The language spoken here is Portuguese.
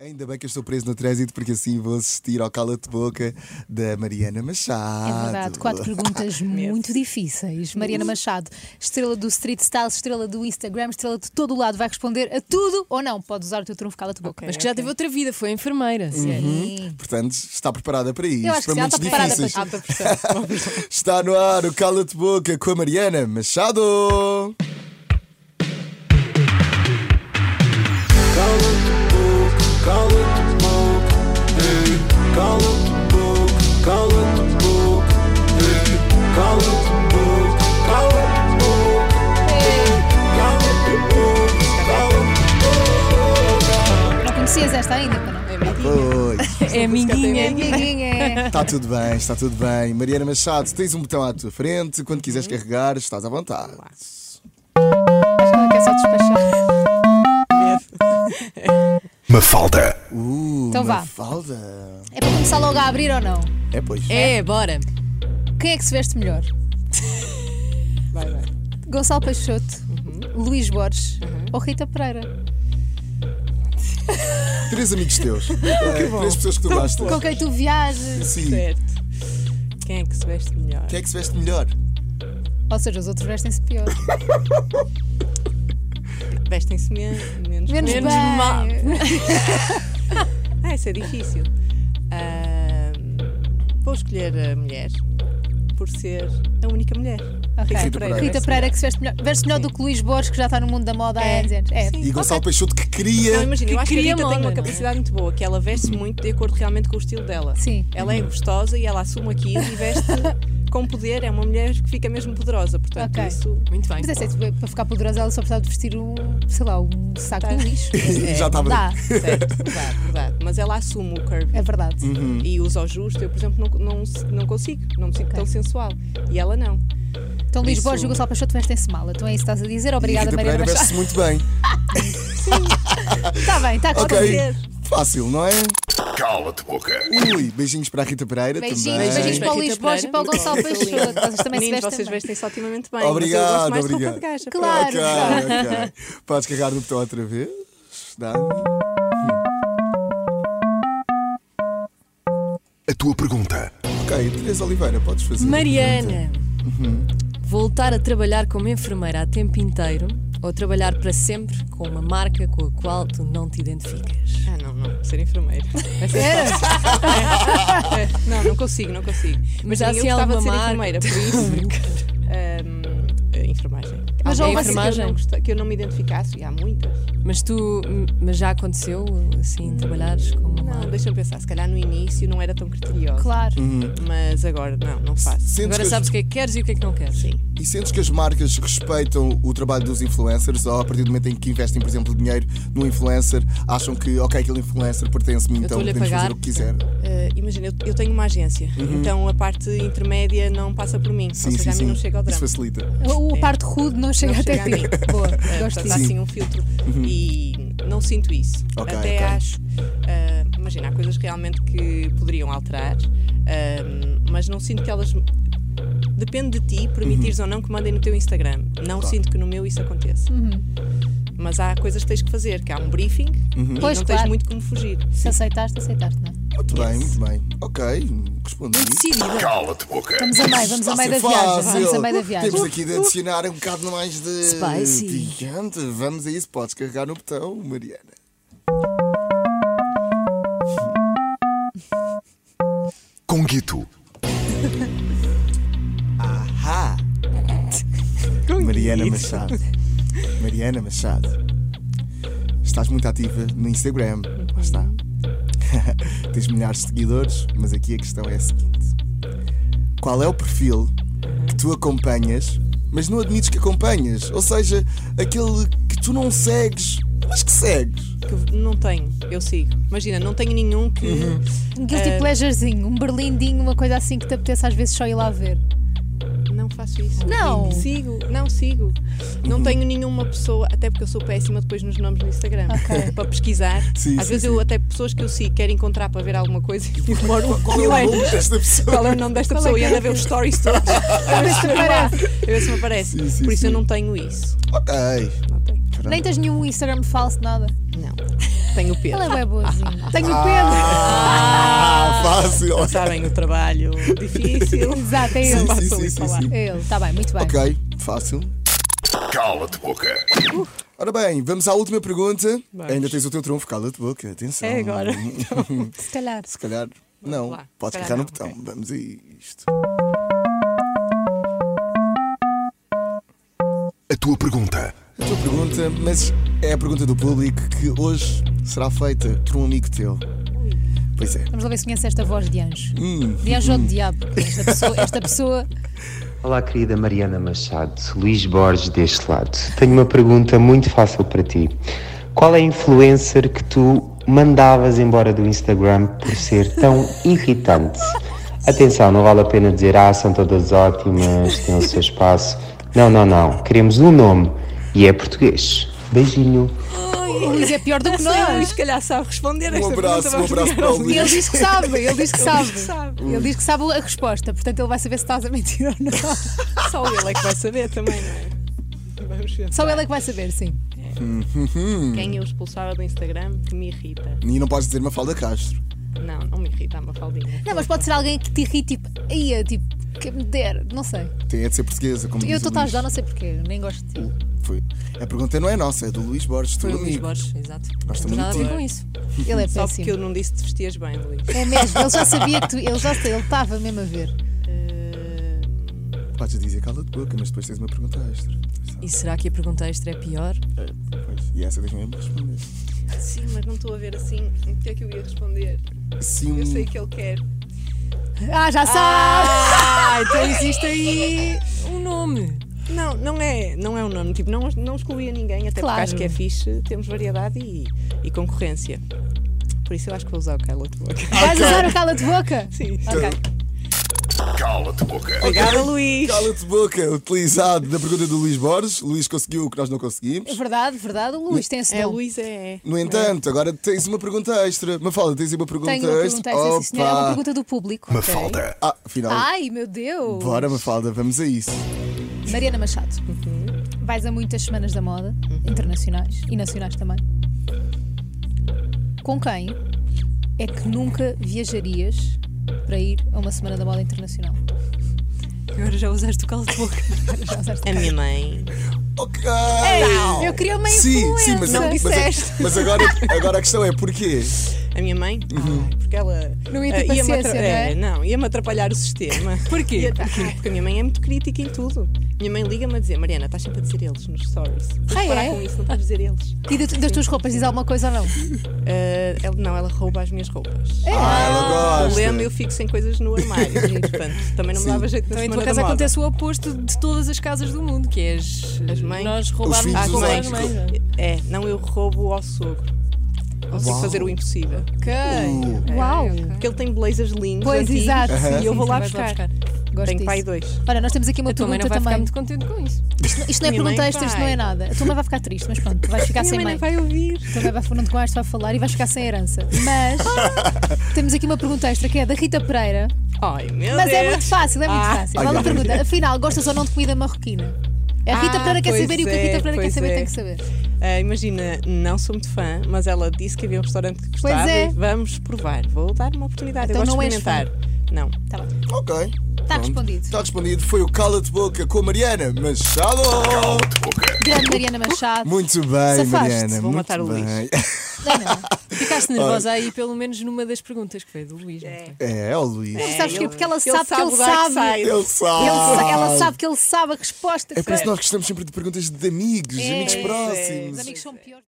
Ainda bem que eu estou preso no trânsito porque assim vou assistir ao cala-te-boca da Mariana Machado. É verdade, quatro perguntas muito difíceis. Mariana Machado, estrela do Street Style, estrela do Instagram, estrela de todo o lado, vai responder a tudo ou não? Pode usar o teu trunfo cala-te-boca. Mas que já teve outra vida, foi enfermeira. Sim. Portanto, está preparada para isto, Eu acho que para sim, ela momentos está preparada difíceis. para Ah, Alta pressão. Está no ar o cala-te-boca com a Mariana Machado. Não conhecias esta ainda, para não? Pois. É amiguinha. Amiguinha. Está tudo bem, está tudo bem. Mariana Machado, tens um botão à tua frente. Quando quiseres Hum. carregar, estás à vontade. Acho que é só despachar. Mafalda. Uh, Então vá. Mafalda. É para começar logo a abrir ou não? É pois. É, bora. Quem é que se veste melhor? Gonçalo Peixoto, Uhum. Luís Borges ou Rita Pereira? É Três amigos teus. Eh, Três pessoas que tu gostas. Com quem tu viajas? Sim. Certo. Quem é que se veste melhor? Quem é que se veste melhor? Ou seja, os outros vestem-se pior. Vestem-se men- menos, Menos, menos bem. mal. Ah, isso é difícil. Ahm, vou escolher a mulher por ser a única mulher. Ok. Rita Rita Pereira. Rita veste Pereira melhor. que se veste melhor. Veste melhor do que Luís Borges, que já está no mundo da moda há anos. e anos. É. Sim. E Gonçalo Peixoto que Não, queria. imagina, eu Que acho que a cria Rita tem moda, uma não é? capacidade muito boa, que ela veste muito de acordo realmente com o estilo dela. Sim. Ela é gostosa e ela assume aquilo e veste com poder, é uma mulher que fica mesmo poderosa, portanto, Ok. isso. Muito bem. Mas é certo, para ficar poderosa ela só precisava de vestir um, sei lá, um saco Tá. de lixo. Já está bem. é, Dá, Certo, verdade, verdade. Mas ela assume o curve é verdade. Hum. e usa o justo. Eu, por exemplo, não, não, não consigo, não me sinto Ok. tão sensual. E ela não. Então Luís Isso. Borges e o Gonçalo Peixoto vestem-se mal. Então é isso que estás a dizer. e Obrigada, Rita Mariana Pereira veste-se Machado. muito bem. Está bem, tá, está a Ok. acontecer. Fácil, não é? Cala-te boca. Ui, beijinhos para a Rita Pereira também. Beijinhos, beijinhos para o Luís Borges e para o Gonçalo Peixoto. Vocês também se Meninos, vestem vocês bem. vestem-se ultimamente bem. Obrigado, mas eu gosto mais obrigado. de roupa de gaja. Claro. Ok, ok. Podes carregar no botão outra vez. Dá. A tua pergunta. Ok, Teresa Oliveira, podes fazer. Mariana, Uhum. voltar a trabalhar como enfermeira a tempo inteiro ou trabalhar para sempre com uma marca com a qual tu não te identificas? Ah, não, não, ser enfermeira. Vai ser É. fácil. É. Não, não consigo, não consigo. Mas há, assim, eu assim, gostava de ser alguma enfermeira, marca? por isso. hum, eh, enfermagem. Mas Há houve uma assim- que eu, não gosta- que eu não me identificasse, e há muitas. Mas tu, mas já aconteceu assim, trabalhares como uma Não, marca? deixa-me pensar, se calhar no início não era tão criteriosa. Claro. Mas agora, não, não faço. Sentes Agora que sabes o que é que queres e o que é que não queres. Sim. as, e sentes que as marcas respeitam o trabalho dos influencers ou a partir do momento em que investem, por exemplo, dinheiro num influencer, acham que, ok, aquele influencer pertence-me, então estou-lhe a podemos fazer pagar. o que quiser. Eh, imagina, eu, eu tenho uma agência, então a parte intermédia não passa por mim. Uhum. Sim, ou sim, seja, a mim sim. não chega ao drama. Isso é facilita. O a parte rude não chega Não até chega ti. a mim. Boa, Eh, gosto portanto, há disso. assim um filtro e não sinto isso. Uhum. Ok, Até ok. acho. eh, imagina, há coisas realmente que poderiam alterar, eh, mas não sinto que elas. Depende de ti, Uhum. permitires ou não que mandem no teu Instagram. Não sinto que no meu isso aconteça. Uhum. Mas há coisas que tens que fazer, que há um briefing Uhum. e Pois, não tens claro. muito como fugir. Se aceitaste, aceitaste, não é? Muito bem, muito bem. Ok, respondi. Decidida. Cala-te boca. Vamos a meio, vamos Está a a meio ser da viagem. fácil. Vamos a meio da viagem. Temos aqui de adicionar um bocado mais de. Spicy. Picante. Vamos a isso, podes carregar no botão, Mariana. Conguito. Ahá! Mariana Machado. Mariana Machado. Estás muito ativa no Instagram. Lá está. Tens milhares de seguidores, mas aqui a questão é a seguinte: Qual é o perfil que tu acompanhas, mas não admites que acompanhas? Ou seja, aquele que tu não segues, mas que segues. Que não tenho, eu sigo. Imagina, não tenho nenhum que. Uhum. Um guilty pleasurezinho, um berlindinho, uma coisa assim que te apetece às vezes só ir lá ver. Não faço isso. Não. Sigo, não sigo. Uhum. Não tenho nenhuma pessoa, até porque eu sou péssima depois nos nomes no Instagram, Ok. para pesquisar. Sim, Às sim, vezes eu até pessoas que eu sigo quero encontrar para ver alguma coisa e demoro um Qual é o nome desta pessoa? qual é o nome desta Qual é pessoa que e anda a ver os stories todos. a ver se me aparece. A ver se me aparece. Sim, sim, Por isso eu sim. não tenho isso. Ok. Não tenho. Nem tens nenhum Instagram falso, nada. Não. Tenho o Pedro. Ela é bem boazinha. Tenho o Pedro. Ah, fácil. Sabem o trabalho difícil. Exato, é Sim, ele. sim, Posso sim, ali sim, falar. sim. É Ele, está bem, muito bem. Ok, fácil. Cala-te boca. Ora bem, vamos à última pergunta. Vamos. Ainda tens o teu trunfo, cala-te boca, atenção. É agora. Se calhar. Se calhar, não. lá. Podes Se clicar calhar no não, botão. Vamos a isto. A tua pergunta. A tua pergunta, mas é a pergunta do público que hoje será feita por um amigo teu. Pois é. Vamos lá ver se conhece esta voz de anjo. Hum, De anjo ou de diabo? Esta pessoa, esta pessoa Olá, querida Mariana Machado, Luís Borges deste lado. Tenho uma pergunta muito fácil para ti. Qual é a influencer que tu mandavas embora do Instagram por ser tão irritante? Atenção, não vale a pena dizer, ah, são todas ótimas, têm o seu espaço. Não, não, não. Queremos um nome e é português. Beijinho. o Luís é pior do que Não, Luís, nós. se calhar sabe responder a Um esta abraço, pergunta. um Vamos abraço ligar para ao o E Luís. ele diz que sabe, ele diz que sabe. sabe. Ele diz que sabe a resposta, portanto ele vai saber se estás a mentir ou não. Só ele é que vai saber também, não é? Vamos ver. Só ele é que vai saber, sim. Quem eu expulsava do Instagram que me irrita. E não podes dizer Mafalda Castro. Não, não me irrita, uma faldinha. Não, mas pode ser alguém que te irrite, tipo, ia, tipo, que me der, não sei. Tem é de ser portuguesa, como Eu diz o estou a Luís. ajudar, não sei porquê, nem gosto de ti. Foi. A pergunta não é nossa, é do Luís Borges, teu Foi o Luís amigo. Borges, exato. Gosto Não tem nada a muito ver dele. com isso. Ele é Só porque eu péssimo. não disse que te vestias bem, Luís. É mesmo, ele já sabia que tu, ele já ele estava mesmo a ver. Eh, Podes dizer cala-te boca, mas depois tens uma pergunta extra. Atenção. E será que a pergunta extra é pior? Pois. E essa tens mesmo de responder. sim, mas não estou a ver assim. O que é que eu ia responder? Sim, Eu sei que ele quer. Ah, já sabe! Ah, então existe aí um nome. Não, não é, não é um nome. Tipo, não, não excluía ninguém, até Claro. porque acho que é fixe. Temos variedade e, e concorrência. Por isso eu acho que vou usar o Kylo de boca. Vais usar o cala de boca? Sim. Ok. Cala-te boca. Obrigada, Luís. Cala-te boca, é utilizado na pergunta do Luís Borges. Luís conseguiu o que nós não conseguimos. É verdade, verdade. O Luís tem esse É, dom. Luís é. No entanto, agora tens uma pergunta extra. Mafalda, tens aí uma pergunta Tenho uma extra. pergunta, esta, sim, senhora, é uma Opa! pergunta do público. Mafalda. Ah, afinal. Ai, meu Deus! Bora, Mafalda, vamos a isso. Mariana Machado, vais a muitas semanas da moda, Uhum. internacionais e nacionais também. Com quem é que nunca viajarias para ir a uma semana da moda internacional? Agora já usaste o calo de boca. Já usaste? A minha mãe. Ok! Eu queria uma Sim, influência. sim, mas, Não mas, disseste. mas agora, agora a questão é porquê? A minha mãe? Ai, porque ela. Não ia ter eh, paciência, atra- não é? é, não, ia-me atrapalhar o sistema. Porquê? Ia- Ah, porque a minha mãe é muito crítica em tudo. Minha mãe liga-me a dizer: Mariana, estás sempre a dizer eles nos stories. Vou Ah, parar é? com isso, não estás a dizer eles. E da tu- das tuas roupas diz alguma coisa ou não? Eh, ela, não, ela rouba as minhas roupas. É. Ah, ela O gosta. lema eu fico sem coisas no armário. e, portanto, também não me dava jeito na Então em tua semana casa da moda. acontece o oposto de todas as casas do mundo, que é as, As mães. nós Os roubarmos Ah, filhos as dos mães. outros. não é? É, não, eu roubo ao sogro. Consigo fazer o impossível. Uh, Uau! Porque ele tem blazers lindos. Pois, antigos, exato, sim, E eu vou sim, lá É. vais lá buscar. Gosto Tenho disso. pai dois. Ora, nós temos aqui uma A tua mãe pergunta não vai ficar também. muito contente com isso. Isto não é Minha mãe pergunta extra, isto não é vai. nada. A tua mãe vai ficar triste, mas pronto, tu vais ficar sem minha mãe mãe. não vai ouvir. Também vai, não te vais só falar e vais ficar sem herança. Mas temos aqui uma pergunta extra que é da Rita Pereira. Ai, meu Mas Deus. é muito fácil, é muito Ah. fácil. Olha a pergunta. Afinal, gostas ou não de comida marroquina? A Rita Ah, Pereira quer pois saber e o que a Rita é, Pereira quer pois saber é. tem que saber. Ah, imagina, não sou muito fã, mas ela disse que havia um restaurante que gostava. Pois é. Vamos provar. Vou dar uma oportunidade. Então eu gosto não de és experimentar. Não. Tá bem. Ok. Está Pronto. Tá. respondido. Está respondido. Foi o Cala-te Boca com a Mariana Machado. Cala-te boca. Grande Mariana Machado. Muito bem, Safaste-se. Mariana. Vou muito matar o Luís. bem. Não, não. Ficaste nervosa aí, pelo menos numa das perguntas, que foi do Luís. não foi? É, é o Luís. Não sabes ele- porquê? Porque ela ele sabe, que sabe ele o lugar que sabe. sai. Ele sabe. Ele sa- Ah. ela sabe que ele sabe a É resposta. por isso que sabe. nós gostamos sempre de perguntas de amigos, de amigos É, próximos. Os amigos são piores.